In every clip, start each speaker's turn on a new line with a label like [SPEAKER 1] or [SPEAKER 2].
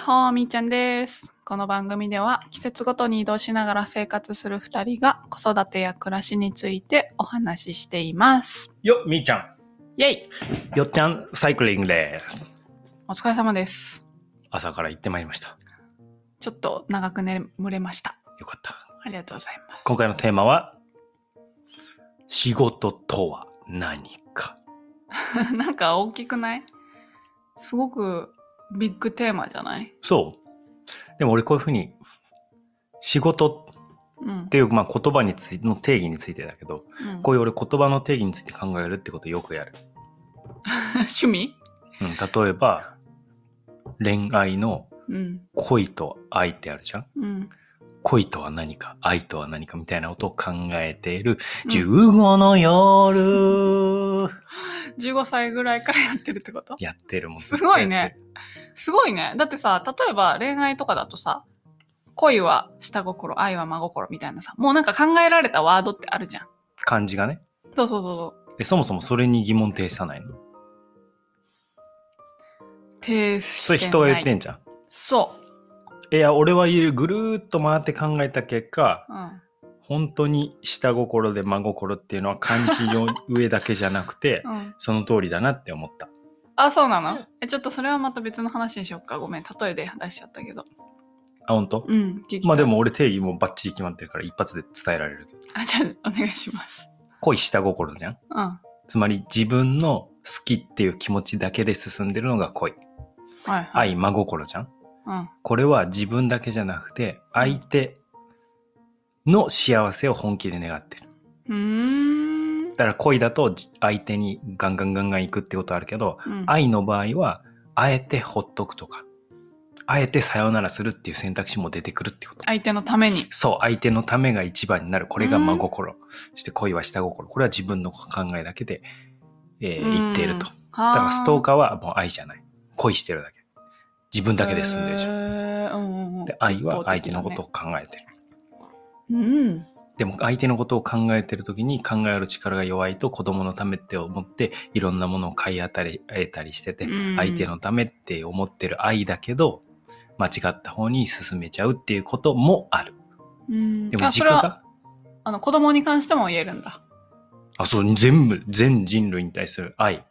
[SPEAKER 1] ほーみーちゃんです。この番組では季節ごとに移動しながら生活する二人が子育てや暮らしについてお話ししています。
[SPEAKER 2] よ、みーちゃ
[SPEAKER 1] イェイ
[SPEAKER 2] ん。よっちゃん、サイクリングです。
[SPEAKER 1] お疲れ様です。
[SPEAKER 2] 朝から行ってまいりました。
[SPEAKER 1] ちょっと長く眠れました。
[SPEAKER 2] よかった。
[SPEAKER 1] ありがとうございます。
[SPEAKER 2] 今回のテーマは、仕事とは何か。
[SPEAKER 1] なんか大きくないすごくビッグテーマじゃない
[SPEAKER 2] そう。でも俺こういうふうに、仕事
[SPEAKER 1] うん
[SPEAKER 2] っ。ていう、まあ、言葉についの定義についてだけど、
[SPEAKER 1] うん
[SPEAKER 2] こういう俺言葉の定義について考えるってことよくやる。
[SPEAKER 1] 趣味
[SPEAKER 2] うん、例えば、恋愛の
[SPEAKER 1] うん。
[SPEAKER 2] 恋と愛ってあるじゃん
[SPEAKER 1] うん。
[SPEAKER 2] 恋とは何か、愛とは何かみたいなことを考えている15の 夜
[SPEAKER 1] 15歳ぐらいからやってるってこと
[SPEAKER 2] やってるもん
[SPEAKER 1] すごいね。すごいね。だってさ、例えば恋愛とかだとさ、恋は下心、愛は真心みたいなさ、もうなんか考えられたワードってあるじゃん。
[SPEAKER 2] 感じがね
[SPEAKER 1] そうそうそ
[SPEAKER 2] でそもそもそれに疑問呈さないの
[SPEAKER 1] うそう。提出
[SPEAKER 2] それ人が言ってんじゃん
[SPEAKER 1] そ
[SPEAKER 2] いや俺は言えるぐるーっと回って考えた結果
[SPEAKER 1] う。うん。
[SPEAKER 2] 本当に下心で真心っていうのは漢字の上だけじゃなくて
[SPEAKER 1] うん。
[SPEAKER 2] その通りだなって思った
[SPEAKER 1] あ、そうなのえ、ちょっとそれはまた別の話にしよっか。ごめん。例えで出しちゃったけど。
[SPEAKER 2] あ本当、
[SPEAKER 1] うん。聞きたい
[SPEAKER 2] まあで。も俺定義もバッチリ決まってるから一発で伝えられるけど
[SPEAKER 1] あ、じゃあ、お願いします。
[SPEAKER 2] 恋下心じゃん
[SPEAKER 1] うん。
[SPEAKER 2] つまり自分の好きっていう気持ちだけで進んでるのが恋
[SPEAKER 1] はい、はい。
[SPEAKER 2] 愛真心じゃん
[SPEAKER 1] うん。
[SPEAKER 2] これは自分だけじゃなくて相手の幸せを本気で願ってる
[SPEAKER 1] うーん。
[SPEAKER 2] だから恋だとじ相手にガンガンガンガン行くってことあるけど
[SPEAKER 1] うん、
[SPEAKER 2] 愛の場合はあえてほっとくとかあえてさよならするっていう選択肢も出てくるってこと
[SPEAKER 1] 相手のために。
[SPEAKER 2] そう相手のためが一番になるこれが真心そして恋は下心これは自分の考えだけで、えー
[SPEAKER 1] うん
[SPEAKER 2] 言っていると
[SPEAKER 1] だ
[SPEAKER 2] だからストー
[SPEAKER 1] ー
[SPEAKER 2] カーはもう愛じゃない恋してるだけ自分だけで済んでるでし
[SPEAKER 1] へ
[SPEAKER 2] ょ
[SPEAKER 1] ーうんうんうん。
[SPEAKER 2] で愛は相手のことを考えてる
[SPEAKER 1] うん。
[SPEAKER 2] でも相手のことを考えてる時に考える力が弱いと子供のためって思っていろんなものを買い与えたり得たりしてて、
[SPEAKER 1] うん
[SPEAKER 2] 相手のためって思ってる愛だけど間違った方に進めちゃうっていうこともある。
[SPEAKER 1] うん
[SPEAKER 2] でも
[SPEAKER 1] あそ
[SPEAKER 2] 軸
[SPEAKER 1] れは
[SPEAKER 2] が
[SPEAKER 1] あの子供に関しても言えるんだ。
[SPEAKER 2] あそう全部全人類に対する愛。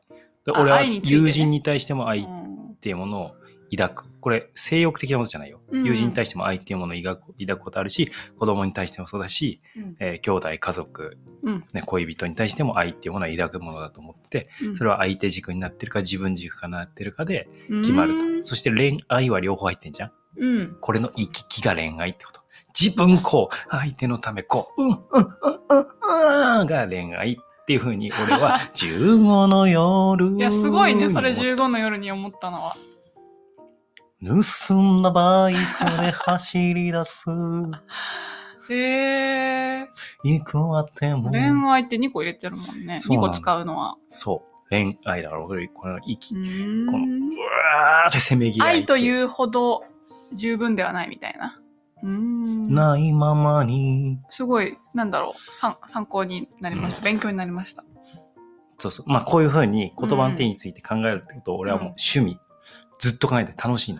[SPEAKER 2] で
[SPEAKER 1] あ
[SPEAKER 2] 俺は
[SPEAKER 1] 愛についてね
[SPEAKER 2] 友人に対しても愛
[SPEAKER 1] う
[SPEAKER 2] っ
[SPEAKER 1] ん
[SPEAKER 2] ていうものを抱く。これ性欲的なことじゃないよ。
[SPEAKER 1] うん
[SPEAKER 2] 友人に対しても愛っていうものを抱く抱くことあるし子供に対してもそうだし、えー兄弟家族
[SPEAKER 1] うん
[SPEAKER 2] ね、恋人に対しても愛っていうものは抱くものだと思ってて
[SPEAKER 1] うん
[SPEAKER 2] それは相手軸になってるか自分軸かなってるかで
[SPEAKER 1] うん
[SPEAKER 2] 決まるとそして恋愛は両方入ってんじゃん
[SPEAKER 1] うん。
[SPEAKER 2] これの行き来が恋愛ってこと自分こう相手のためこううんうんうんうんうんが恋愛っていうふうに俺は 15の夜
[SPEAKER 1] いや、すごいね。それ15の夜に思ったのは。
[SPEAKER 2] 盗んだバイクで走り 出す
[SPEAKER 1] へえ。
[SPEAKER 2] いくわても
[SPEAKER 1] 恋愛って2個入れてるもんね。
[SPEAKER 2] そう
[SPEAKER 1] 2
[SPEAKER 2] なんだ
[SPEAKER 1] 個使うのは。
[SPEAKER 2] そう恋愛だろ俺この行き
[SPEAKER 1] う
[SPEAKER 2] 来
[SPEAKER 1] ーん
[SPEAKER 2] こうわーってせめぎ合い
[SPEAKER 1] 愛と
[SPEAKER 2] う
[SPEAKER 1] いうほど十分ではないみたいな。うーん。
[SPEAKER 2] ないままに
[SPEAKER 1] すごい、なんだろう。参参考になりました。勉強になりました。
[SPEAKER 2] そうそう。まあ、こういうふうに言葉の定義について考えるってことを、俺はもう趣味、ずっと考えて楽しいの。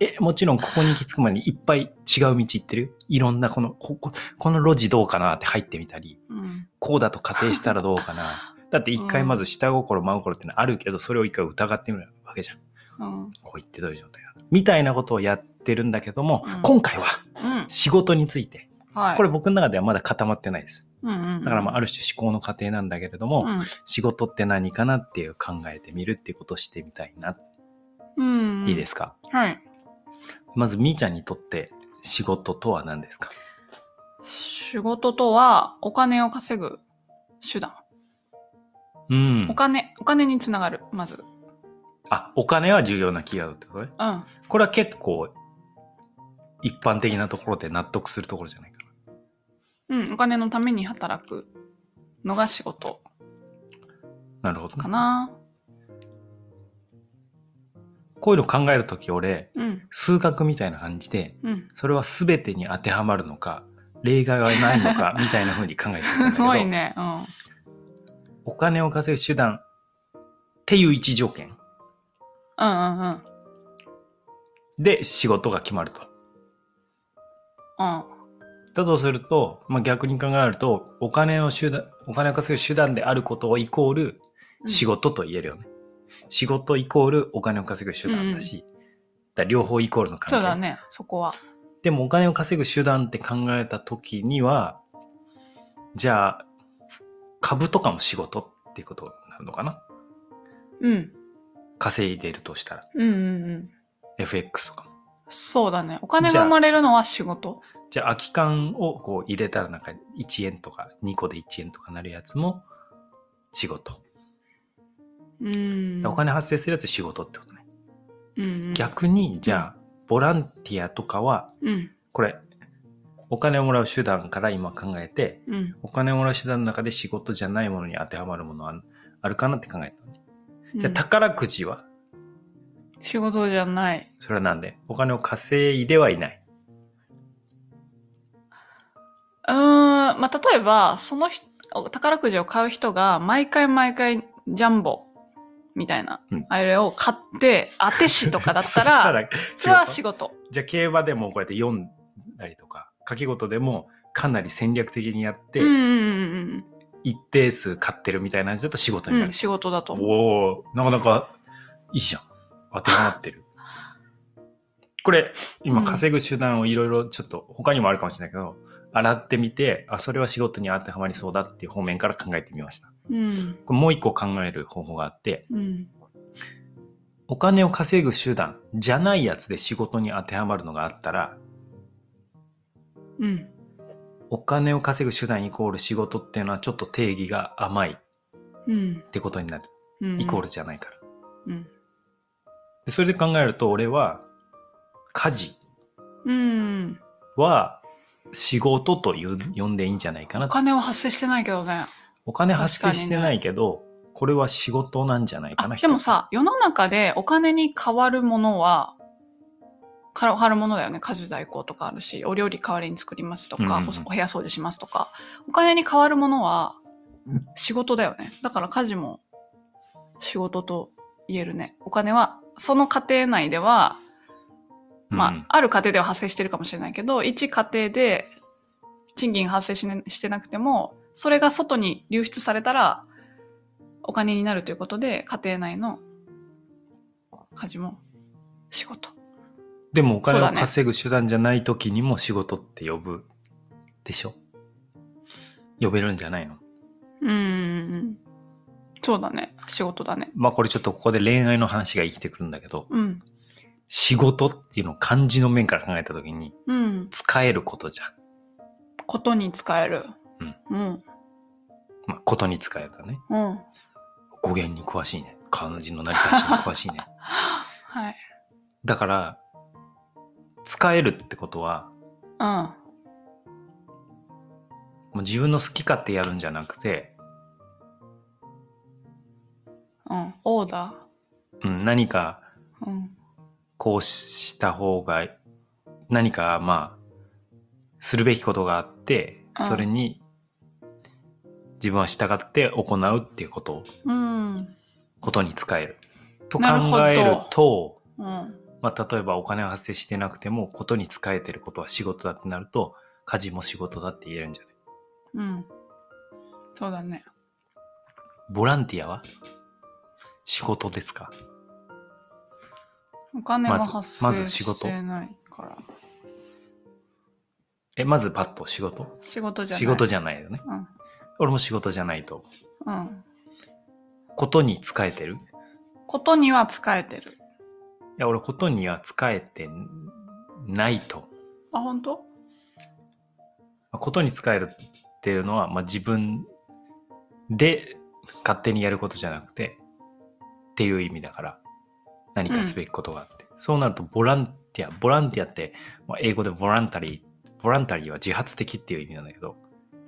[SPEAKER 2] え、もちろんここに行き着く前にいっぱい違う道行ってるよ。いろんなこの、ここ、この路地どうかなって入ってみたり、
[SPEAKER 1] うん。
[SPEAKER 2] こうだと仮定したらどうかな。だって一回まず下心真心ってのはあるけど、それを一回疑ってみるわけじゃん。
[SPEAKER 1] うん。うん。
[SPEAKER 2] こう言ってどういう状態なのみたいなことをやってるんだけども、
[SPEAKER 1] うん
[SPEAKER 2] 今回は仕事について。
[SPEAKER 1] はい。
[SPEAKER 2] これ、僕の中ではまだ固まってないです。
[SPEAKER 1] うんうんうん、
[SPEAKER 2] だからまあ、ある種思考の過程なんだけれども、仕事って何かなっていう考えてみるっていうことをしてみたいな。
[SPEAKER 1] うん。うん。。
[SPEAKER 2] いいですすか
[SPEAKER 1] はい。
[SPEAKER 2] まず、みーちゃんにとって仕事とは何ですか
[SPEAKER 1] 仕事とはお金を稼ぐ手段。
[SPEAKER 2] うん
[SPEAKER 1] お。金、お金につながる、まず。
[SPEAKER 2] あ、お金は重要なキーワードってことね。
[SPEAKER 1] うん。
[SPEAKER 2] これは結構、一般的なところで納得するところじゃないかな。
[SPEAKER 1] うん、お金のために働くのが仕事
[SPEAKER 2] なるほど、ね。
[SPEAKER 1] かな。
[SPEAKER 2] こういうの考えるとき、俺、
[SPEAKER 1] うん。
[SPEAKER 2] 数学みたいな感じで、
[SPEAKER 1] うん。
[SPEAKER 2] それは全てに当てはまるのか、例外はないの か、みたいな風に考えてるんだけ
[SPEAKER 1] すごい
[SPEAKER 2] ど、
[SPEAKER 1] ね。うん。
[SPEAKER 2] お金を稼ぐ手段っていう一条件。
[SPEAKER 1] うんうんうん。
[SPEAKER 2] で、仕事が決まると。
[SPEAKER 1] うん。
[SPEAKER 2] だとすると、まあ、逆に考えると、お金を手段、お金を稼ぐ手段であることをイコール仕事と言えるよね。仕事イコールお金を稼ぐ手段だし、だから両方イコールの関係。
[SPEAKER 1] そうだね、そこは。
[SPEAKER 2] でもお金を稼ぐ手段って考えた時には、じゃあ、株とかも仕事っていうことになるのかな
[SPEAKER 1] うん。
[SPEAKER 2] 稼いでるとしたら、
[SPEAKER 1] うんうんうん。
[SPEAKER 2] FX とかも。
[SPEAKER 1] そうだね。お金
[SPEAKER 2] じゃ
[SPEAKER 1] が
[SPEAKER 2] あ
[SPEAKER 1] 生まれるのは仕事。
[SPEAKER 2] じゃあ、空き缶をこう入れたらなんか1円とか2個で1円とかなるやつも仕事。
[SPEAKER 1] うん。
[SPEAKER 2] お金発生するやつ仕事ってことね。
[SPEAKER 1] うんうん、。
[SPEAKER 2] 逆に、じゃあ、ボランティアとかは、
[SPEAKER 1] うん。
[SPEAKER 2] これ、お金をもらう手段から今考えて、
[SPEAKER 1] うん。
[SPEAKER 2] お金をもらう手段の中で仕事じゃないものに当てはまるものはあるかなって考えたのね。じゃあ、宝くじは
[SPEAKER 1] 仕事じゃない。
[SPEAKER 2] それはなんでお金を稼いではいない。
[SPEAKER 1] うーん。まあ、例えば、その人、宝くじを買う人が、毎回毎回、ジャンボ、みたいな、
[SPEAKER 2] うん
[SPEAKER 1] あれを買 って、当てしとかだった
[SPEAKER 2] そした
[SPEAKER 1] ら、
[SPEAKER 2] ら
[SPEAKER 1] それは仕事。
[SPEAKER 2] じゃあ競馬でもこうやって読んだりとか書き事でもかなり戦略的にやって
[SPEAKER 1] うんうんうん
[SPEAKER 2] 一定数買ってるみたいな感じだと仕事
[SPEAKER 1] う
[SPEAKER 2] に
[SPEAKER 1] ん。
[SPEAKER 2] な
[SPEAKER 1] う
[SPEAKER 2] る
[SPEAKER 1] ん、、仕事だと思う。
[SPEAKER 2] おおなかなかいいじゃん当てはま ってるこれ今
[SPEAKER 1] うん
[SPEAKER 2] 稼ぐ手段をいろいろちょっと他にもあるかもしれないけど洗ってみてあそれは仕事に当てはまりそうだっていう方面から考えてみました
[SPEAKER 1] うん。
[SPEAKER 2] これもう一個考える方法があって
[SPEAKER 1] うん。
[SPEAKER 2] お金を稼ぐ手段じゃないやつで仕事に当てはまるのがあったら
[SPEAKER 1] うん。
[SPEAKER 2] お金を稼ぐ手段イコール仕事っていうのはちょっと定義が甘い
[SPEAKER 1] うん。
[SPEAKER 2] ってことになる。
[SPEAKER 1] うん。
[SPEAKER 2] イコールじゃないから。
[SPEAKER 1] うん。
[SPEAKER 2] でそれで考えると俺は家事
[SPEAKER 1] うん。
[SPEAKER 2] は仕事と言う呼んでいいんじゃないかな
[SPEAKER 1] お。金は発生してないけどね。
[SPEAKER 2] お金発生してないけど、これは仕事なんじゃないか
[SPEAKER 1] あ、
[SPEAKER 2] な。
[SPEAKER 1] でも
[SPEAKER 2] 一つ
[SPEAKER 1] さ、世の中でお金に変わるものは、変わるものだよね。家事代行とかあるし、お料理代わりに作りますとか、
[SPEAKER 2] うんうんうん
[SPEAKER 1] おお部屋掃除しますとか、お金に変わるものは仕事だよね。だから家事も仕事と言えるね。お金は、その家庭内では、
[SPEAKER 2] うんう
[SPEAKER 1] ま
[SPEAKER 2] ん
[SPEAKER 1] あ、ある家庭では発生してるかもしれないけど、一家庭で賃金発生し,、ね、してなくても、それが外に流出されたら、お金になるということで、家庭内の家事も仕事。
[SPEAKER 2] でもお金
[SPEAKER 1] そう
[SPEAKER 2] を
[SPEAKER 1] だね
[SPEAKER 2] 稼ぐ手段じゃない時にも仕事って呼ぶでしょ呼べるんじゃないの
[SPEAKER 1] うーん。そうだね。仕事だね。
[SPEAKER 2] まあこれちょっとここで恋愛の話が生きてくるんだけど、
[SPEAKER 1] うん。
[SPEAKER 2] 仕事っていうのを漢字の面から考えた時に
[SPEAKER 1] うん。
[SPEAKER 2] 使えることじゃん。
[SPEAKER 1] ことに使える。うん。
[SPEAKER 2] まあ、ことに使えるからね。
[SPEAKER 1] うん。うん。
[SPEAKER 2] 語源に詳しいね。漢字の成り立ちに詳しいね。
[SPEAKER 1] はい。
[SPEAKER 2] だから、使えるってことは、
[SPEAKER 1] うん。
[SPEAKER 2] もう自分の好き勝手やるんじゃなくて、
[SPEAKER 1] うん。オーダ
[SPEAKER 2] うん、何か
[SPEAKER 1] ー。うん。
[SPEAKER 2] こうした方が、何かまあ、するべきことがあって、それに自分は従って行うっていうことを、
[SPEAKER 1] うん。
[SPEAKER 2] ことに使える。と考
[SPEAKER 1] なるほど
[SPEAKER 2] えると、
[SPEAKER 1] うん。
[SPEAKER 2] まあ、例えばお金は発生してなくてもことに使えてることは仕事だってなると家事も仕事だって言えるんじゃない
[SPEAKER 1] うん。そうだね。
[SPEAKER 2] ボランティアは仕事ですか
[SPEAKER 1] お金
[SPEAKER 2] ま
[SPEAKER 1] は
[SPEAKER 2] ず
[SPEAKER 1] 発
[SPEAKER 2] まず
[SPEAKER 1] 生
[SPEAKER 2] 仕事
[SPEAKER 1] してないから。
[SPEAKER 2] えまずパッと仕事
[SPEAKER 1] 仕事じゃない。
[SPEAKER 2] 仕事じゃないよね
[SPEAKER 1] ゃうん。
[SPEAKER 2] 俺も仕事じゃないと
[SPEAKER 1] うん。
[SPEAKER 2] ことに使えてるい
[SPEAKER 1] ことには使えてる。
[SPEAKER 2] や俺ことには使えてないと
[SPEAKER 1] あ、本当
[SPEAKER 2] ことに使えるっていうのは、まあ、自分で勝手にやることじゃなくてっていう意味だから何かすべきことがあって、そうなるとボランティアボランティアって、まあ、英語でボランタリーボランタリーは自発的っていう意味なんだけど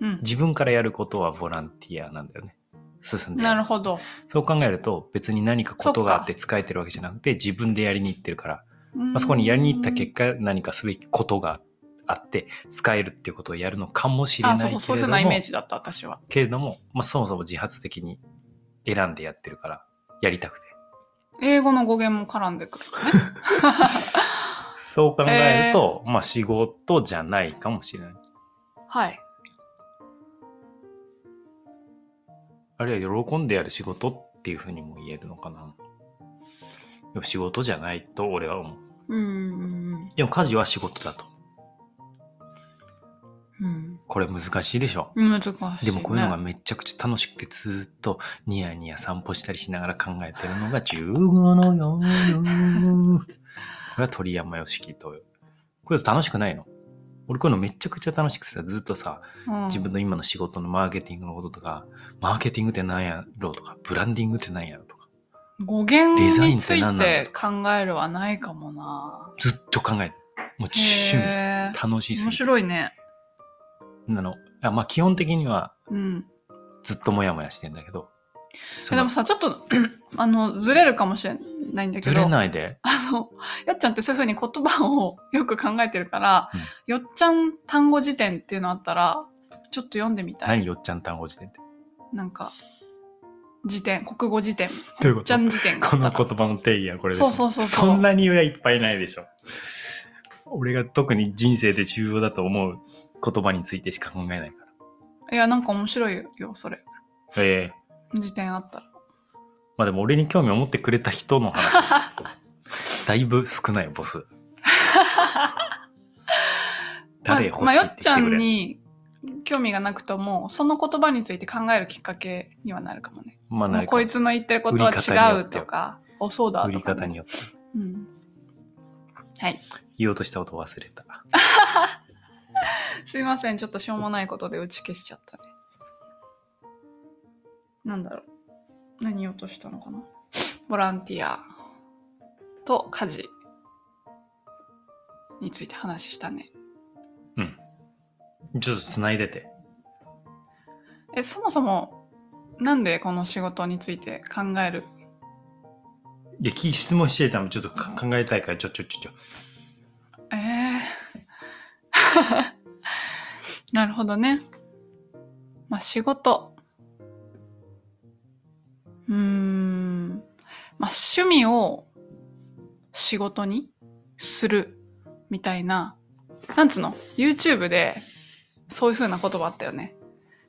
[SPEAKER 1] うん。
[SPEAKER 2] 自分からやることはボランティアなんだよね進んで
[SPEAKER 1] なるほど。
[SPEAKER 2] そう考えると別に何かことがあっ
[SPEAKER 1] そ
[SPEAKER 2] て使えてるわけじゃなくて自分でやりに行ってるから、
[SPEAKER 1] あ
[SPEAKER 2] まあ、そこにやりに行った結果何かすべきことがあって使えるっていうことをやるのかもしれな
[SPEAKER 1] あ、
[SPEAKER 2] いけれ
[SPEAKER 1] そ
[SPEAKER 2] ど
[SPEAKER 1] う、
[SPEAKER 2] も
[SPEAKER 1] そういうふうなイメージだった、私は。
[SPEAKER 2] けれども、まあ、そもそも自発的に選んでやってるからやりたくて
[SPEAKER 1] 英語の語源も絡んでくるね。
[SPEAKER 2] そう考えると、まあ仕事じゃないかもしれない。
[SPEAKER 1] はい。
[SPEAKER 2] あるいは喜んでやる仕事っていうふうにも言えるのかな。でも仕事じゃないと俺は思う。
[SPEAKER 1] うん。
[SPEAKER 2] でも家事は仕事だと。
[SPEAKER 1] うん。
[SPEAKER 2] これ難しいでしょ。
[SPEAKER 1] 難しい、ね。
[SPEAKER 2] でもこういうのがめちゃくちゃ楽しくてずっとニヤニヤ散歩したりしながら考えてるのが十五の 夜。これは鳥山よしきと。これ楽しくないの俺こういうのめちゃくちゃ楽しくてさ、ずっとさ、
[SPEAKER 1] うん
[SPEAKER 2] 自分の今の仕事のマーケティングのこととか、マーケティングって何やろうとか、ブランディングって何やろうとか、
[SPEAKER 1] 語源
[SPEAKER 2] デザイ
[SPEAKER 1] に
[SPEAKER 2] ンって
[SPEAKER 1] つ
[SPEAKER 2] 何なん
[SPEAKER 1] い
[SPEAKER 2] だ
[SPEAKER 1] て考えるはないかもな。
[SPEAKER 2] ずっと考える。もう趣味。
[SPEAKER 1] へえ。
[SPEAKER 2] 楽しす
[SPEAKER 1] 面
[SPEAKER 2] ぎて。
[SPEAKER 1] 白いね。
[SPEAKER 2] なの。あまあ基本的には
[SPEAKER 1] うん。
[SPEAKER 2] ずっとモヤモヤしてんだけど。そ
[SPEAKER 1] え
[SPEAKER 2] の
[SPEAKER 1] でもさ、ちょっと、 あの、ずれるかもしれないんだけ
[SPEAKER 2] ず
[SPEAKER 1] ど。
[SPEAKER 2] れないで。
[SPEAKER 1] あの、よっちゃんってそういうふうに言葉をよく考えてるから、
[SPEAKER 2] うん
[SPEAKER 1] よっちゃん単語辞典っていうのあったら、ちょっと読んでみたい。
[SPEAKER 2] 何よっちゃん単語辞典って。
[SPEAKER 1] なんか、辞典、国語辞典、よ
[SPEAKER 2] どういうこ
[SPEAKER 1] っちゃ
[SPEAKER 2] と
[SPEAKER 1] ん辞典があ
[SPEAKER 2] こ
[SPEAKER 1] ったら
[SPEAKER 2] の言葉の定義はこれです、
[SPEAKER 1] そうそうそうそう
[SPEAKER 2] そんなにいっぱいないでしょ。俺が特に人生で重要だと思う言葉についてしか考えないか
[SPEAKER 1] いや、なんか面白いよ、それ。
[SPEAKER 2] ら。ええ
[SPEAKER 1] 辞典あったら。
[SPEAKER 2] まあでも俺に興味を持ってくれた人の話。 だいぶ少ないよボス。誰欲しい
[SPEAKER 1] まあ、まあ、よ
[SPEAKER 2] っ
[SPEAKER 1] ってち
[SPEAKER 2] 言
[SPEAKER 1] ゃ
[SPEAKER 2] ってく
[SPEAKER 1] ん
[SPEAKER 2] れる。
[SPEAKER 1] に興味がなくとも、その言葉について考えるきっかけにはなるかもね。
[SPEAKER 2] まあ
[SPEAKER 1] もう
[SPEAKER 2] 何か
[SPEAKER 1] こいつの言ってることは違うとか、おそうだ
[SPEAKER 2] 売
[SPEAKER 1] と
[SPEAKER 2] り
[SPEAKER 1] か、
[SPEAKER 2] 方によって
[SPEAKER 1] うん。はい。
[SPEAKER 2] 言おうとしたことを忘れた。
[SPEAKER 1] すいません、ちょっとしょうもないことで打ち消しちゃったね。なんだろう。何を落としたのかな。ボランティアと家事について話したね。
[SPEAKER 2] うん。ちょっと繋いでて。
[SPEAKER 1] え、そもそも、なんでこの仕事について考える
[SPEAKER 2] いや、き質問してたのちょっとか考えたいから、ちょちょちょちょ。
[SPEAKER 1] ええ なるほどね。まあ仕事。うーん。まあ趣味を仕事にするみたいな。なんつうの ?YouTube でそういう風な言葉あったよね。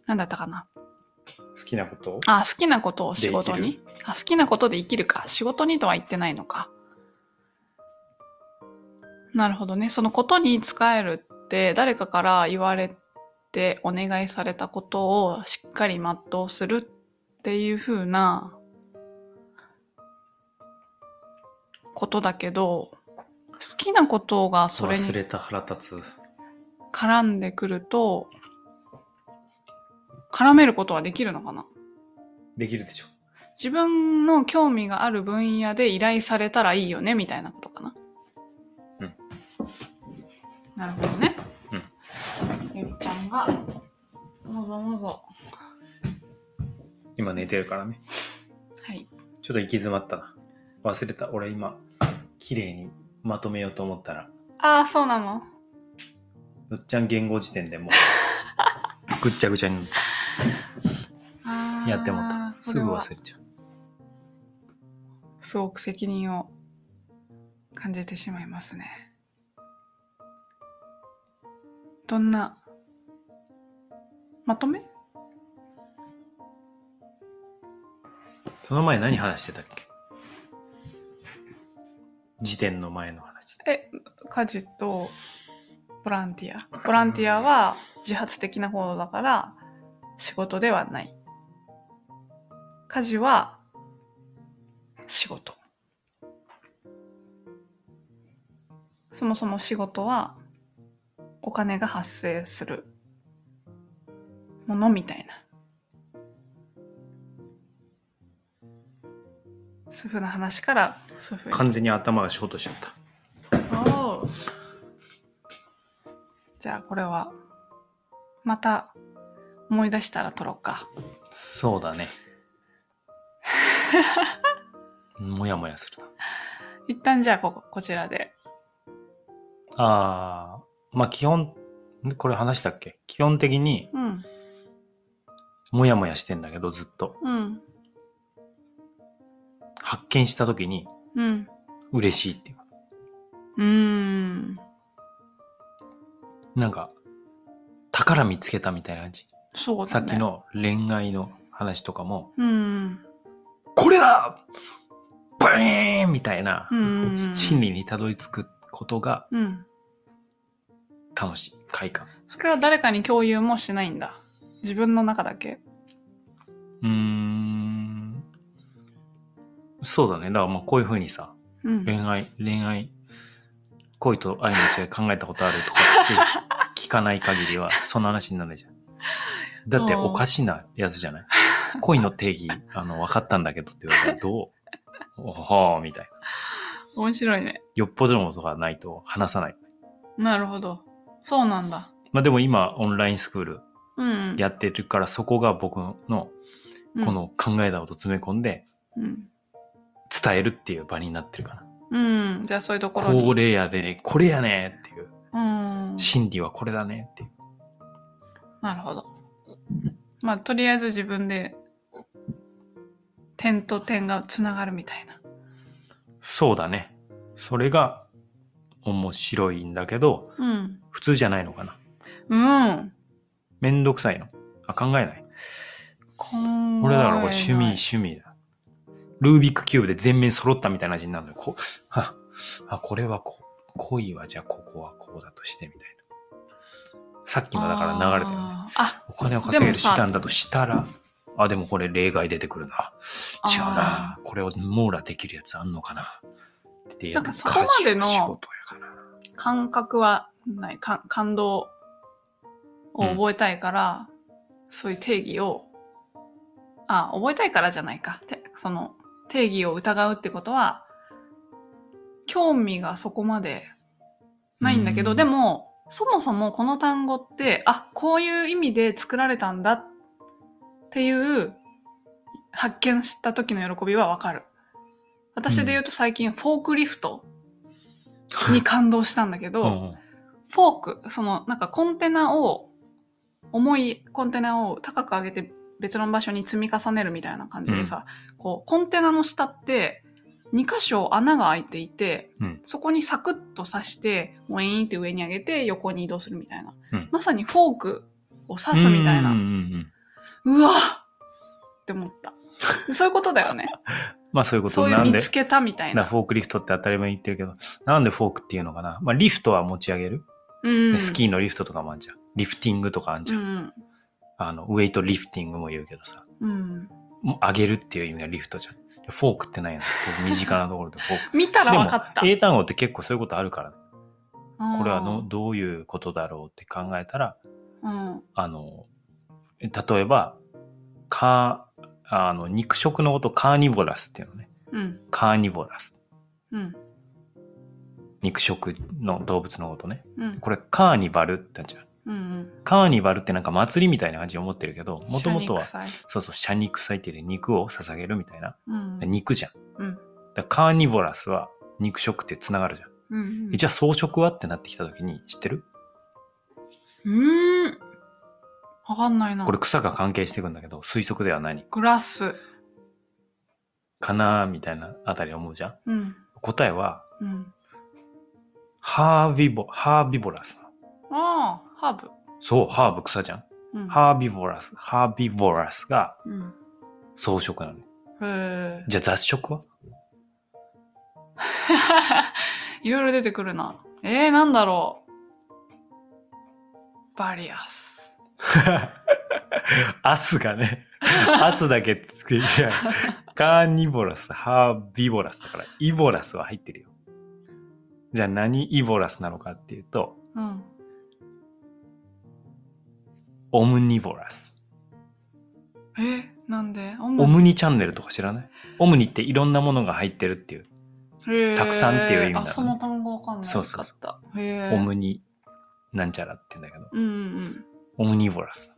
[SPEAKER 1] なんだったかな
[SPEAKER 2] 好きなこと
[SPEAKER 1] あ、好きなことを仕事
[SPEAKER 2] で生
[SPEAKER 1] に。あ、好きなことで生きるか。仕事にとは言ってないのか。なるほどね。そのことに使えるって、誰かから言われてお願いされたことをしっかり全うするっていう風なことだけど、好きなことがそれに
[SPEAKER 2] 忘れた腹立つ。
[SPEAKER 1] 絡んでくると、絡めることはできるのかな
[SPEAKER 2] できるでしょ。
[SPEAKER 1] 自分の興味がある分野で依頼されたらいいよねみたいなことかな。
[SPEAKER 2] うん。
[SPEAKER 1] なるほどね。
[SPEAKER 2] うん。
[SPEAKER 1] ゆっちゃんが、もぞもぞ。
[SPEAKER 2] 今寝てるからね。
[SPEAKER 1] はい。
[SPEAKER 2] ちょっと行き詰まったな。忘れた。俺今、綺麗にまとめようと思ったら、
[SPEAKER 1] ああ、そうなの。
[SPEAKER 2] よっちゃん言語辞典でも う、ぐっちゃぐちゃに
[SPEAKER 1] あー
[SPEAKER 2] やってもった。すぐ。
[SPEAKER 1] これは
[SPEAKER 2] 忘れちゃう。
[SPEAKER 1] すごく責任を感じてしまいますね。どんな、まとめ
[SPEAKER 2] その前何話してたっけ辞典の前の話。
[SPEAKER 1] 家事とボランティア。ボランティアは自発的な方だから仕事ではない。家事は仕事。そもそも仕事はお金が発生するものみたいな。そういうふうな話から、そういうふうに。
[SPEAKER 2] 完全に頭がショートしちゃった。
[SPEAKER 1] おうじゃあこれはまた思い出したら撮ろうか
[SPEAKER 2] そうだ ね。もやもやするな。
[SPEAKER 1] 一旦じゃあこここちらで
[SPEAKER 2] ああ、まあ基本、んこれ話したっけ基本的に、
[SPEAKER 1] うん
[SPEAKER 2] もやもやしてんだけど、ずっと。
[SPEAKER 1] うん
[SPEAKER 2] 発見した時に、
[SPEAKER 1] うん
[SPEAKER 2] 嬉しいっていう。
[SPEAKER 1] うーん。
[SPEAKER 2] なんか、宝見つけたみたいな感じ。
[SPEAKER 1] そう
[SPEAKER 2] さ
[SPEAKER 1] だ
[SPEAKER 2] っ
[SPEAKER 1] ね。
[SPEAKER 2] き。の恋愛の話とかも、
[SPEAKER 1] うん。
[SPEAKER 2] これだバリーンみたいな
[SPEAKER 1] うん
[SPEAKER 2] 心理にたどり着くことが
[SPEAKER 1] うん。
[SPEAKER 2] 楽しい。快感。
[SPEAKER 1] それは誰かに共有もしないんだ。自分の中だけ。
[SPEAKER 2] うーん。そうだね。だからまあこういうふうにさ、
[SPEAKER 1] うん。
[SPEAKER 2] 恋愛、恋愛、恋と愛の違い考えたことあるとか って聞かない限りは、その話にならないじゃん。だっておかしなやつじゃない恋の定義、あの、分かったんだけどって言われたら、どうおはーみたいな。
[SPEAKER 1] 面白いね。
[SPEAKER 2] よっぽどのことがないと話さない。
[SPEAKER 1] なるほど。そうなんだ。
[SPEAKER 2] まあでも今、オンラインスクール
[SPEAKER 1] うん。
[SPEAKER 2] やってるから、そこが僕の
[SPEAKER 1] うん
[SPEAKER 2] こ。の考えたこと詰め込んで、
[SPEAKER 1] うん。
[SPEAKER 2] 伝えるっていう場になってるかな。
[SPEAKER 1] うん。じゃあそういうところに。
[SPEAKER 2] これやでね、これやねっていう。
[SPEAKER 1] うん。
[SPEAKER 2] 心理はこれだねっていう。
[SPEAKER 1] なるほど。まあ、とりあえず自分で点と点がつながるみたいな。
[SPEAKER 2] そうだね。それが面白いんだけど、
[SPEAKER 1] うん。
[SPEAKER 2] 普通じゃないのかな。
[SPEAKER 1] うん。
[SPEAKER 2] めんどくさいの。あ、考えない。
[SPEAKER 1] こん
[SPEAKER 2] 俺だからこれ趣味、趣味だ。ルービックキューブで全面揃ったみたいな味になるのよ。こはあ、これはこう、恋はじゃあここはこうだとしてみたいな。さっきのだから流れだよね。
[SPEAKER 1] あーあ、
[SPEAKER 2] お金を稼げる
[SPEAKER 1] で
[SPEAKER 2] 手
[SPEAKER 1] もさ
[SPEAKER 2] 段だとしたら、あ、でもこれ例外出てくるな。違うな。これを網羅できるやつあんのかな。ってや
[SPEAKER 1] なんかそこまでの
[SPEAKER 2] 仕事やから。
[SPEAKER 1] 感覚はない。か感動を覚えたいから、そういう定義を、あ、覚えたいからじゃないか。てその定義を疑うってことは、興味がそこまでないんだけど、
[SPEAKER 2] うん
[SPEAKER 1] でも、そもそもこの単語って、あ、こういう意味で作られたんだっていう発見した時の喜びはわかる。私で言うと最近フォークリフトに感動したんだけど、
[SPEAKER 2] うんうん
[SPEAKER 1] フォーク、そのなんかコンテナを、重いコンテナを高く上げて別の場所に積み重ねるみたいな感じでさ、こうコンテナの下って2箇所穴が開いていて、
[SPEAKER 2] うん
[SPEAKER 1] そこにサクッと刺して、ウィーンって上に上げて横に移動するみたいな。
[SPEAKER 2] うん
[SPEAKER 1] まさにフォークを刺すみたいな。
[SPEAKER 2] う
[SPEAKER 1] うん
[SPEAKER 2] うんうんうん
[SPEAKER 1] わって思った。そういうことだよね。
[SPEAKER 2] まあそういうこと
[SPEAKER 1] そういう
[SPEAKER 2] なん
[SPEAKER 1] 見
[SPEAKER 2] で
[SPEAKER 1] つ、けたみたい
[SPEAKER 2] な
[SPEAKER 1] な。
[SPEAKER 2] フォークリフトって当たり前に言ってるけど、なんでフォークっていうのかな。まあリフトは持ち上げる。
[SPEAKER 1] うん。
[SPEAKER 2] スキーのリフトとかもあんじゃん。リフティングとかあんじ
[SPEAKER 1] う
[SPEAKER 2] ゃん。
[SPEAKER 1] ん。
[SPEAKER 2] あの、ウェイトリフティングも言うけどさ。
[SPEAKER 1] うん。
[SPEAKER 2] もう上げるっていう意味がリフトじゃん。フォークってないよね。こう身近なところで フォーク。
[SPEAKER 1] 見たら分かった。
[SPEAKER 2] でも、英単語って結構そういうことあるから、これは
[SPEAKER 1] う
[SPEAKER 2] の
[SPEAKER 1] ん
[SPEAKER 2] どういうことだろうって考えたら、
[SPEAKER 1] うん。
[SPEAKER 2] あの、例えば、カー、あの、肉食のことカーニボラスっていうのね。
[SPEAKER 1] うん。
[SPEAKER 2] カーニボラス。
[SPEAKER 1] うん。
[SPEAKER 2] 肉食の動物のことね。
[SPEAKER 1] うん。
[SPEAKER 2] これカーニバルって言うんじゃん。
[SPEAKER 1] うん
[SPEAKER 2] カーニバルってなんか祭りみたいな感じに思ってるけど、
[SPEAKER 1] うん。
[SPEAKER 2] もともとは、
[SPEAKER 1] 謝肉祭
[SPEAKER 2] そうそう、社肉祭ってで肉を捧げるみたいな。
[SPEAKER 1] うん。
[SPEAKER 2] 肉じゃん。
[SPEAKER 1] うん。
[SPEAKER 2] だからカーニボラスは肉食ってつながるじゃん。
[SPEAKER 1] うん。
[SPEAKER 2] えじゃあ草食はってなってきた時に知ってる
[SPEAKER 1] うーん。わかんないな。
[SPEAKER 2] これ草が関係していくんだけど、推測では何
[SPEAKER 1] グラス。
[SPEAKER 2] かなーみたいなあたり思うじゃん。
[SPEAKER 1] うん。
[SPEAKER 2] 答えは、
[SPEAKER 1] うん。
[SPEAKER 2] ハービボ、ハービボラス。
[SPEAKER 1] ああ、ハー
[SPEAKER 2] そう、ハーブ草じゃん。
[SPEAKER 1] ブ。うん。
[SPEAKER 2] ハービボラス、ハービボラスが
[SPEAKER 1] うん。
[SPEAKER 2] 草食なの。
[SPEAKER 1] へえ。
[SPEAKER 2] じゃあ雑食はい
[SPEAKER 1] ろいろ出てくるな。えー、なんだろう。バリアス。
[SPEAKER 2] アスがね、アスだけつけ、いや、カーニボラス、ハービボラスだから、イボラスは入ってるよ。じゃあ何イボラスなのかっていうと、
[SPEAKER 1] うん。
[SPEAKER 2] オムニボラス。
[SPEAKER 1] えなんでオ
[SPEAKER 2] オムニチャンネルとか知らないオムニっていろんなものが入ってるっていう、
[SPEAKER 1] へー
[SPEAKER 2] たくさんっていう意味だね
[SPEAKER 1] あ、その単語わかんない
[SPEAKER 2] そうそうそ
[SPEAKER 1] かった。へえ。
[SPEAKER 2] オ。ムニなんちゃらって言うんだけど、
[SPEAKER 1] うんうん
[SPEAKER 2] オムニボラス。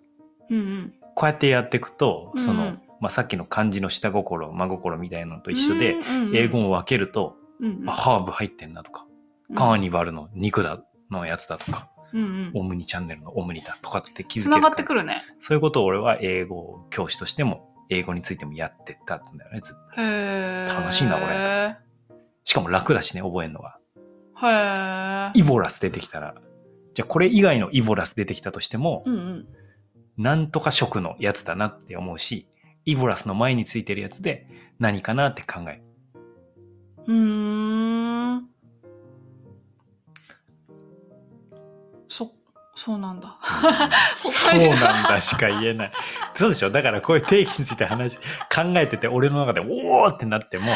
[SPEAKER 1] うん。うん
[SPEAKER 2] こうやってやっていくと、
[SPEAKER 1] うん
[SPEAKER 2] その、まあ、さっきの漢字の下心、真心みたいなのと
[SPEAKER 1] うん。
[SPEAKER 2] 一緒で、
[SPEAKER 1] うん、
[SPEAKER 2] 英語を分けると、
[SPEAKER 1] うんうん、
[SPEAKER 2] あハーブ入ってんなとか、カーニバルの肉だのやつだとか、
[SPEAKER 1] うんうん
[SPEAKER 2] オムニチャンネルのオムニだとかって気づけ
[SPEAKER 1] つ
[SPEAKER 2] るか
[SPEAKER 1] な
[SPEAKER 2] ら
[SPEAKER 1] がってくるね。
[SPEAKER 2] そういうことを俺は英語教師としても英語についてもやってたんだよねずっと
[SPEAKER 1] へー
[SPEAKER 2] 楽しいなこれ
[SPEAKER 1] へ
[SPEAKER 2] しかも楽だしね覚えるのは
[SPEAKER 1] へえ。
[SPEAKER 2] イボラス出てきたら、じゃあこれ以外のイボラス出てきたとしても、
[SPEAKER 1] うんうん。
[SPEAKER 2] なんとか食のやつだなって思うし、イボラスの前についてるやつで何かなって考える。
[SPEAKER 1] うーん。そ、そうなんだ。
[SPEAKER 2] そうなんだしか言えない。そうでしょだからこういう定義について話、考えてて俺の中でおーってなっても、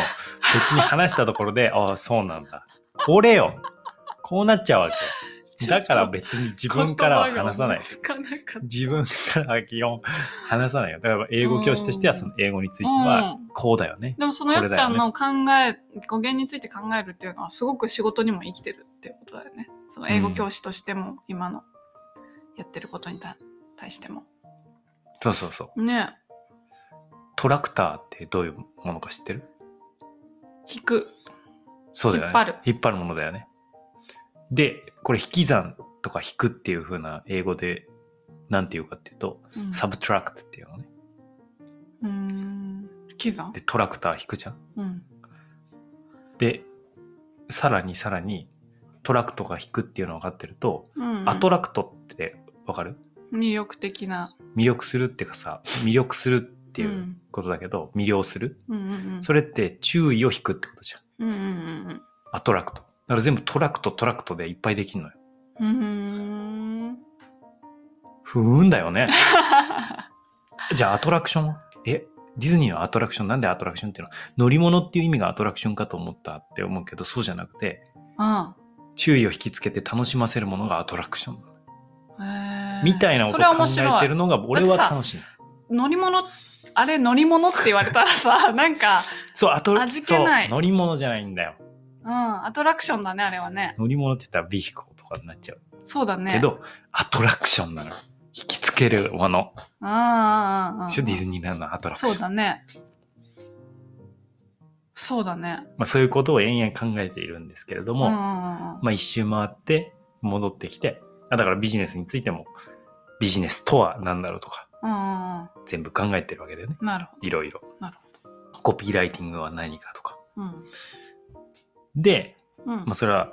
[SPEAKER 2] 別に話したところで、ああ、そうなんだ。俺よこうなっちゃうわけ。だから別に自分からは話さな
[SPEAKER 1] 言葉が思い
[SPEAKER 2] い。
[SPEAKER 1] つかなかった
[SPEAKER 2] 自分からは基本話さないよ。だから英語教師としてはその英語については
[SPEAKER 1] うん
[SPEAKER 2] こうだよね。
[SPEAKER 1] でもそのよっちゃんの考え、語源について考えるっていうのはすごく仕事にも生きてるっていうことだよね。その英語教師としても、今のやってることにた対しても。
[SPEAKER 2] そうそうそう。
[SPEAKER 1] ね
[SPEAKER 2] トラクターってどういうものか知ってる
[SPEAKER 1] 引く。
[SPEAKER 2] そうだよね。
[SPEAKER 1] 引っ張る
[SPEAKER 2] ものだよね。で、これ引き算とか引くっていう風な英語で、なんて言うかっていうと、
[SPEAKER 1] うん
[SPEAKER 2] サブトラクトっていうのね。
[SPEAKER 1] うーん。刻算
[SPEAKER 2] で、トラクター引くじゃん。
[SPEAKER 1] うん。
[SPEAKER 2] で、さらにさらに、トラクトが引くっていうのが分かってると、
[SPEAKER 1] うん。
[SPEAKER 2] アトラクトって分かる
[SPEAKER 1] 魅力的な。
[SPEAKER 2] 魅力するっていうかさ、魅力するっていううんことだけど、魅了する。
[SPEAKER 1] うんうんうん。
[SPEAKER 2] それって注意を引くってことじゃん。
[SPEAKER 1] うんうんうん
[SPEAKER 2] アトラクト。だから全部トラクト、トラクトでいっぱいできるのよ。
[SPEAKER 1] うん。うーん。
[SPEAKER 2] 不運だよね。じゃあアトラクションはえ、ディズニーのアトラクションなんでアトラクションっていうの乗り物っていう意味がアトラクションかと思ったって思うけど、そうじゃなくて、
[SPEAKER 1] あ
[SPEAKER 2] 注意を引きつけて楽しませるものがアトラクション。
[SPEAKER 1] あ。
[SPEAKER 2] みたいなこ
[SPEAKER 1] そ
[SPEAKER 2] とを
[SPEAKER 1] れは
[SPEAKER 2] 考
[SPEAKER 1] 面
[SPEAKER 2] え
[SPEAKER 1] 白
[SPEAKER 2] て
[SPEAKER 1] い
[SPEAKER 2] る。のが俺は楽しい。
[SPEAKER 1] 乗り物、あれ乗り物って言われたらさ、なんか、
[SPEAKER 2] そう、アトラ
[SPEAKER 1] 味気ない
[SPEAKER 2] そう乗り物じゃないんだよ。
[SPEAKER 1] うん、アトラクションだね、あれはね。
[SPEAKER 2] 乗り物って言ったらビヒコとかになっちゃう
[SPEAKER 1] そうだね。
[SPEAKER 2] けど、アトラクションなの。引きつけるもの。
[SPEAKER 1] うんうんうんうん。
[SPEAKER 2] 一緒ディズニーランドのアトラクション。
[SPEAKER 1] そうだね。そうだね。
[SPEAKER 2] まあ、そういうことを延々考えているんですけれども、
[SPEAKER 1] うんうんうん
[SPEAKER 2] まあ、一周回って戻ってきてあだからビジネスについてもビジネスとは何だろうとか
[SPEAKER 1] うんうんう
[SPEAKER 2] 全部考えてるわけだよね
[SPEAKER 1] ん。なるほ
[SPEAKER 2] いろいろ
[SPEAKER 1] なる
[SPEAKER 2] コピーライティングは何かとか
[SPEAKER 1] ど。うん。
[SPEAKER 2] で、
[SPEAKER 1] うん
[SPEAKER 2] まあ、。それは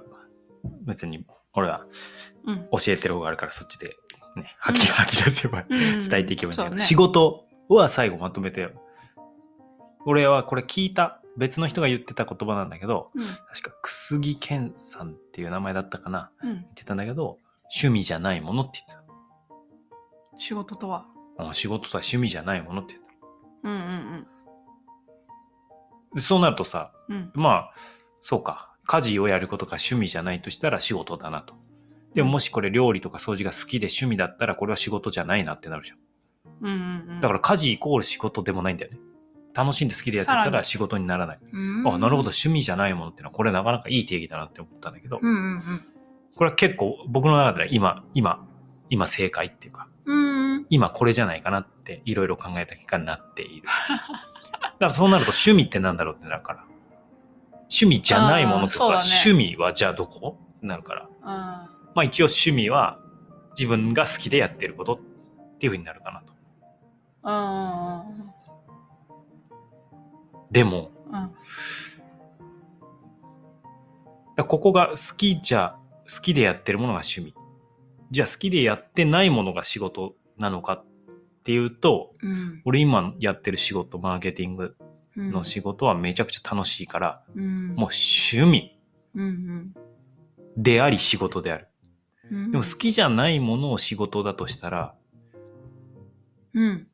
[SPEAKER 2] 別に俺は
[SPEAKER 1] うん
[SPEAKER 2] 教えてる方があるからそっちで、ね、吐き 吐き出せば
[SPEAKER 1] うん
[SPEAKER 2] 伝えていけばいいんだけど、
[SPEAKER 1] そうね
[SPEAKER 2] 仕事は最後まとめてよ俺はこれ聞いた別の人が言ってた言葉なんだけど
[SPEAKER 1] うん
[SPEAKER 2] 確か楠木健さんっていう名前だったかな
[SPEAKER 1] うん
[SPEAKER 2] 言ってたんだけど趣味じゃないものって言って
[SPEAKER 1] 仕事とは。
[SPEAKER 2] たあ仕事とは趣味じゃないものって言って
[SPEAKER 1] うんうん
[SPEAKER 2] たでそうなるとさ
[SPEAKER 1] うん。うん。
[SPEAKER 2] まあそうか家事をやることが趣味じゃないとしたら仕事だなとでももしこれ料理とか掃除が好きで趣味だったらこれは仕事じゃないなってなるじゃん
[SPEAKER 1] うんうんうん。
[SPEAKER 2] だから家事イコール仕事でもないんだよね楽しんで好きでやって
[SPEAKER 1] さ
[SPEAKER 2] た
[SPEAKER 1] ら
[SPEAKER 2] ら
[SPEAKER 1] に
[SPEAKER 2] 仕事にならない
[SPEAKER 1] うん、
[SPEAKER 2] あなるほど趣味じゃないものってのはこれなかなかいい定義だなって思ったんだけど
[SPEAKER 1] うんうん
[SPEAKER 2] これは結構僕の中では今今今正解っていうか
[SPEAKER 1] うん。うん。
[SPEAKER 2] 今これじゃないかなっていろいろ考えた結果になっている。 だからそうなると趣味ってなんだろうってなるから。趣味じゃないものとか、
[SPEAKER 1] あーそうだね
[SPEAKER 2] 趣味はじゃあどこになるから。
[SPEAKER 1] うん
[SPEAKER 2] まあ一応趣味は自分が好きでやってることっていうふうになるかなと。
[SPEAKER 1] うんうん
[SPEAKER 2] でも、
[SPEAKER 1] うんうん。
[SPEAKER 2] だからここが好きじゃ、好きでやってるものが趣味。じゃあ好きでやってないものが仕事なのかっていうと、
[SPEAKER 1] うん
[SPEAKER 2] 俺今やってる仕事、マーケティング
[SPEAKER 1] うん。
[SPEAKER 2] の仕事はめちゃくちゃ楽しいから、
[SPEAKER 1] うん。
[SPEAKER 2] もう趣味。
[SPEAKER 1] うん
[SPEAKER 2] であり仕事である。
[SPEAKER 1] うん。
[SPEAKER 2] でも好きじゃないものを仕事だとしたら、
[SPEAKER 1] うん。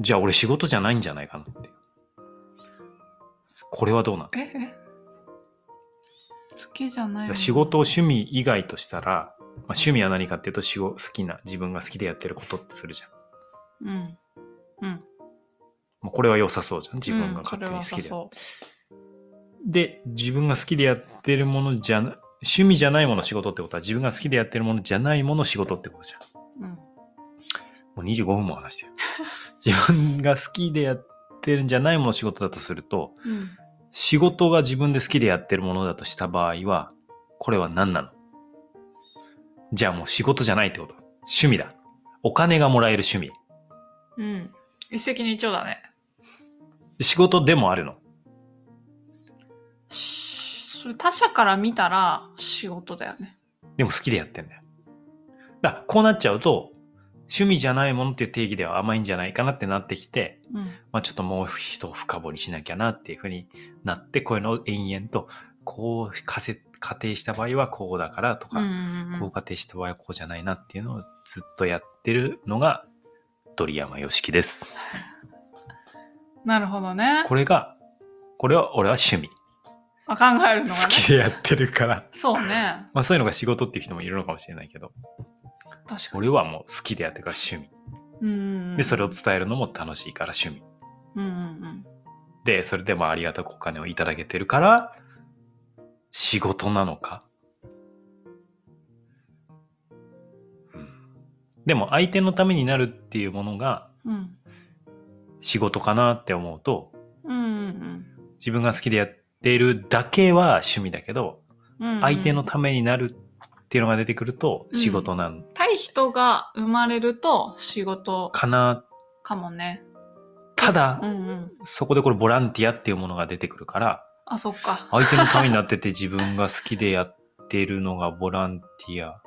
[SPEAKER 2] じゃあ俺仕事じゃないんじゃないかなっていう。これはどうなのだ
[SPEAKER 1] ええ好きじゃない
[SPEAKER 2] か
[SPEAKER 1] も
[SPEAKER 2] ら
[SPEAKER 1] の
[SPEAKER 2] 仕事を趣味以外としたら、まあ、趣味は何かっていうと仕事好きな、自分が好きでやってることってするじゃん。
[SPEAKER 1] うん。うん。
[SPEAKER 2] まあ、これは良さそうじゃん。自分が
[SPEAKER 1] うんそ
[SPEAKER 2] 勝
[SPEAKER 1] れ
[SPEAKER 2] 手に
[SPEAKER 1] は
[SPEAKER 2] 好きでやる、
[SPEAKER 1] そう
[SPEAKER 2] で、自分が好きでやってるものじゃな、趣味じゃないもの仕事ってことは自分が好きでやってるものじゃないもの仕事ってことじゃん。
[SPEAKER 1] うん。
[SPEAKER 2] もう25分も話して る。自分が好きでやってるんじゃないもの仕事だとすると、
[SPEAKER 1] うん。
[SPEAKER 2] 仕事が自分で好きでやってるものだとした場合は、これは何なのじゃあもう仕事じゃないってこと。趣味だ。お金がもらえる趣味。
[SPEAKER 1] うん。一石二鳥だね。
[SPEAKER 2] 仕事でもあるの。
[SPEAKER 1] それ他者から見たら仕事だよね。
[SPEAKER 2] でも好きでやってんだよ。だからこうなっちゃうと、趣味じゃないものっていう定義では甘いんじゃないかなってなってきて、
[SPEAKER 1] うん。
[SPEAKER 2] まあちょっともう人を深掘りしなきゃなっていうふうになって、こういうのを延々と、こう仮説仮定した場合はこうだからとか、
[SPEAKER 1] うんうんう、
[SPEAKER 2] こうん仮定した場合はこうじゃないなっていうのをずっとやってるのが鳥山よしきです。
[SPEAKER 1] なるほどね。
[SPEAKER 2] これが、これは俺は趣味。
[SPEAKER 1] あ考えるのがね。
[SPEAKER 2] 好きでやってるから。
[SPEAKER 1] そうね。
[SPEAKER 2] まあそういうのが仕事っていう人もいるのかもしれないけど、
[SPEAKER 1] 確かに。
[SPEAKER 2] 俺はもう好きでやってるから趣味。
[SPEAKER 1] うんうんうん
[SPEAKER 2] で、それを伝えるのも楽しいから趣味。
[SPEAKER 1] うんうん
[SPEAKER 2] で、それでまあありがたくお金をいただけてるから、仕事なのか。うんでも相手のためになるっていうものが
[SPEAKER 1] うん。うん。
[SPEAKER 2] 仕事かなって思うと、
[SPEAKER 1] うんうん
[SPEAKER 2] 自分が好きでやっているだけは趣味だけど、
[SPEAKER 1] うん。
[SPEAKER 2] 相手のためになるっていうのが出てくると
[SPEAKER 1] うん
[SPEAKER 2] 仕事なん
[SPEAKER 1] 対人が生まれると仕事
[SPEAKER 2] かな。
[SPEAKER 1] かもね。
[SPEAKER 2] た
[SPEAKER 1] うん
[SPEAKER 2] だ、
[SPEAKER 1] うん。
[SPEAKER 2] そこでこれボランティアっていうものが出てくるから、
[SPEAKER 1] あ、そっか。
[SPEAKER 2] 相手のためになってて自分が好きでやってるのがボランティア。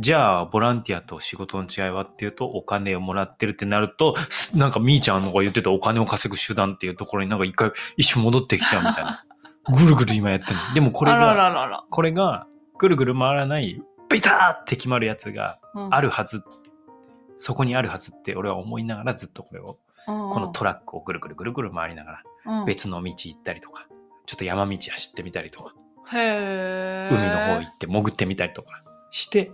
[SPEAKER 2] じゃあ、ボランティアと仕事の違いはっていうと、お金をもらってるってなると、すなんかみーちゃんのが言ってたお金を稼ぐ手段っていうところになんか一回一瞬戻ってきちゃうみたいな。ぐるぐる今やってるの。でもこれ
[SPEAKER 1] あ
[SPEAKER 2] が、
[SPEAKER 1] らららら。
[SPEAKER 2] これがぐるぐる回らないビターって決まるやつが
[SPEAKER 1] うん
[SPEAKER 2] あるはず、そこにあるはずって俺は思いながらずっとこれを、こ
[SPEAKER 1] こ
[SPEAKER 2] のトラックをぐるぐるぐるぐる回りながら別の道行ったりとかちょっと山道走ってみたりとか
[SPEAKER 1] へー
[SPEAKER 2] 海の方行って潜ってみたりとかして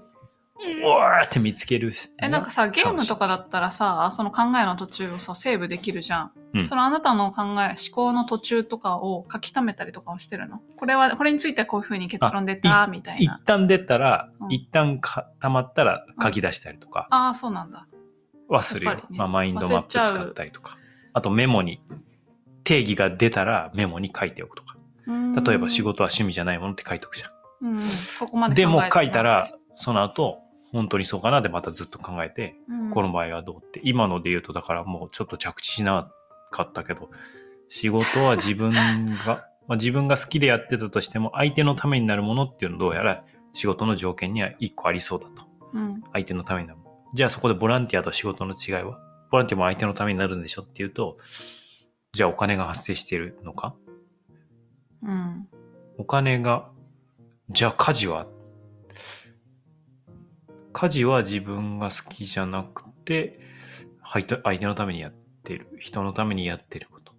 [SPEAKER 2] うわーって見つける
[SPEAKER 1] えなんかさゲームとかだったらさその考えの途中をさセーブできるじゃん、
[SPEAKER 2] うん
[SPEAKER 1] そのあなたの考え思考の途中とかを書き溜めたりとかをしてるのこれはこれについてはこういうふうに結論出たみたい
[SPEAKER 2] 一
[SPEAKER 1] な
[SPEAKER 2] 旦出たら、
[SPEAKER 1] うん
[SPEAKER 2] 一旦か溜まったら書き出したりとか
[SPEAKER 1] ああーそうなんだ
[SPEAKER 2] はするよ、
[SPEAKER 1] やっぱりね
[SPEAKER 2] まあ、マインドマップ使ったりとかあとメモに定義が出たらメモに書いておくとか
[SPEAKER 1] うーん
[SPEAKER 2] 例えば仕事は趣味じゃないものって書いとくじゃん。
[SPEAKER 1] うんうんここまで
[SPEAKER 2] で
[SPEAKER 1] 考えて
[SPEAKER 2] も書いたら、その後、本当にそうかなってまたずっと考えて、
[SPEAKER 1] うん
[SPEAKER 2] この場合はどうって、今ので言うとだからもうちょっと着地しなかったけど、仕事は自分が、 まあ、自分が好きでやってたとしても、相手のためになるものっていうのどうやら仕事の条件には一個ありそうだと。
[SPEAKER 1] うん
[SPEAKER 2] 相手のためになる。じゃあそこでボランティアと仕事の違いはボランティアも相手のためになるんでしょっていうと、じゃあお金が発生しているのか
[SPEAKER 1] うん
[SPEAKER 2] お金が、じゃあ家事は家事は自分が好きじゃなくて、はいと相手のためにやってる。人のためにやってること。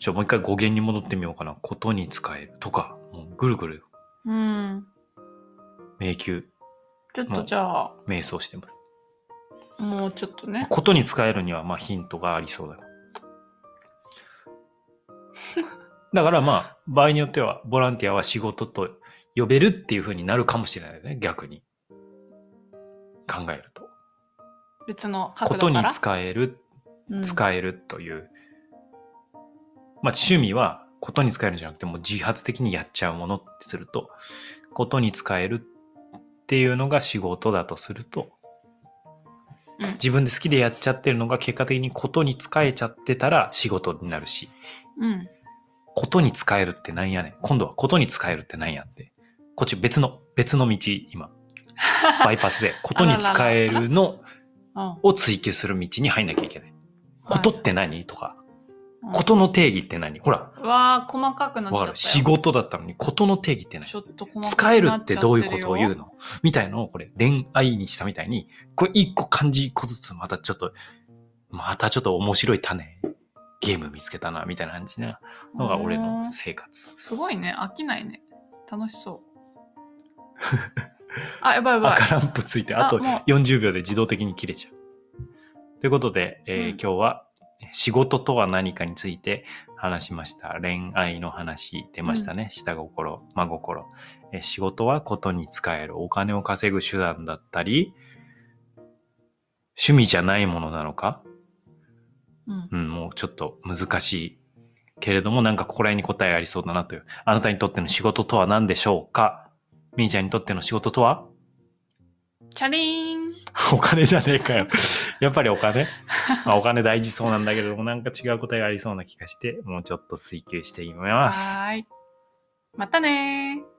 [SPEAKER 2] ちょ、もう一回語源に戻ってみようかな。ことに使えるとか、もうぐるぐる
[SPEAKER 1] うん
[SPEAKER 2] 迷宮、
[SPEAKER 1] ちょっとじゃあ
[SPEAKER 2] 迷走してます。
[SPEAKER 1] もうちょっとね
[SPEAKER 2] ことに使えるには、まあヒントがありそうだよ。 だからまあ、場合によっては、ボランティアは仕事と呼べるっていう風になるかもしれないよね、逆に。考えると。
[SPEAKER 1] 別の
[SPEAKER 2] こ
[SPEAKER 1] 角
[SPEAKER 2] と
[SPEAKER 1] 度
[SPEAKER 2] に
[SPEAKER 1] から
[SPEAKER 2] 使える、
[SPEAKER 1] うん
[SPEAKER 2] 使えるという。まあ、趣味は、ことに使えるんじゃなくて、もう自発的にやっちゃうものってすると、ことに使えるっていうのが仕事だとすると、
[SPEAKER 1] うん
[SPEAKER 2] 自分で好きでやっちゃってるのが結果的にことに使えちゃってたら仕事になるし、
[SPEAKER 1] うん
[SPEAKER 2] ことに使えるってなんやねん。今度はことに使えるってなんやって。こっち別の、別の道、 今。バイパスで、ことに使えるの
[SPEAKER 1] うん
[SPEAKER 2] を追求する道に入んなきゃいけない。ことって何とか、
[SPEAKER 1] はい
[SPEAKER 2] ことの定義って何ほら、
[SPEAKER 1] うんわあ細かくなっちゃ
[SPEAKER 2] わ
[SPEAKER 1] った
[SPEAKER 2] か
[SPEAKER 1] よ
[SPEAKER 2] る。仕事だったのに、ことの定義って何
[SPEAKER 1] ちょっと細かくなっちゃ
[SPEAKER 2] 使えるってどういうことを言う
[SPEAKER 1] の
[SPEAKER 2] のみたいのをこれ恋愛にしたみたいに、これ一個漢字一個ずつまたちょっと、またちょっと面白い種、ゲーム見つけたな、みたいな感じなのが俺の生活。
[SPEAKER 1] すごいね飽きないね楽しそう あやばいやばい
[SPEAKER 2] 赤ランプついて、あ
[SPEAKER 1] あ
[SPEAKER 2] と
[SPEAKER 1] もう
[SPEAKER 2] 40秒で自動的に切れちゃう。ということで、えー
[SPEAKER 1] うん
[SPEAKER 2] 今日は仕事とは何かについて話しました。恋愛の話出ましたね。下心、真心、えー仕事はことに使える。お金を稼ぐ手段だったり、趣味じゃないものなのか
[SPEAKER 1] うん
[SPEAKER 2] うん、もうちょっと難しいけれども、なんかここら辺に答えありそうだなという。あなたにとっての仕事とは何でしょうかみーちゃんにとっての仕事とは
[SPEAKER 1] チャリーン
[SPEAKER 2] お金じゃねえかよ。やっぱりお金、まあ、お金大事そうなんだけれども、なんか違う答えがありそうな気がして、もうちょっと追求してみます。
[SPEAKER 1] はーいまたねー。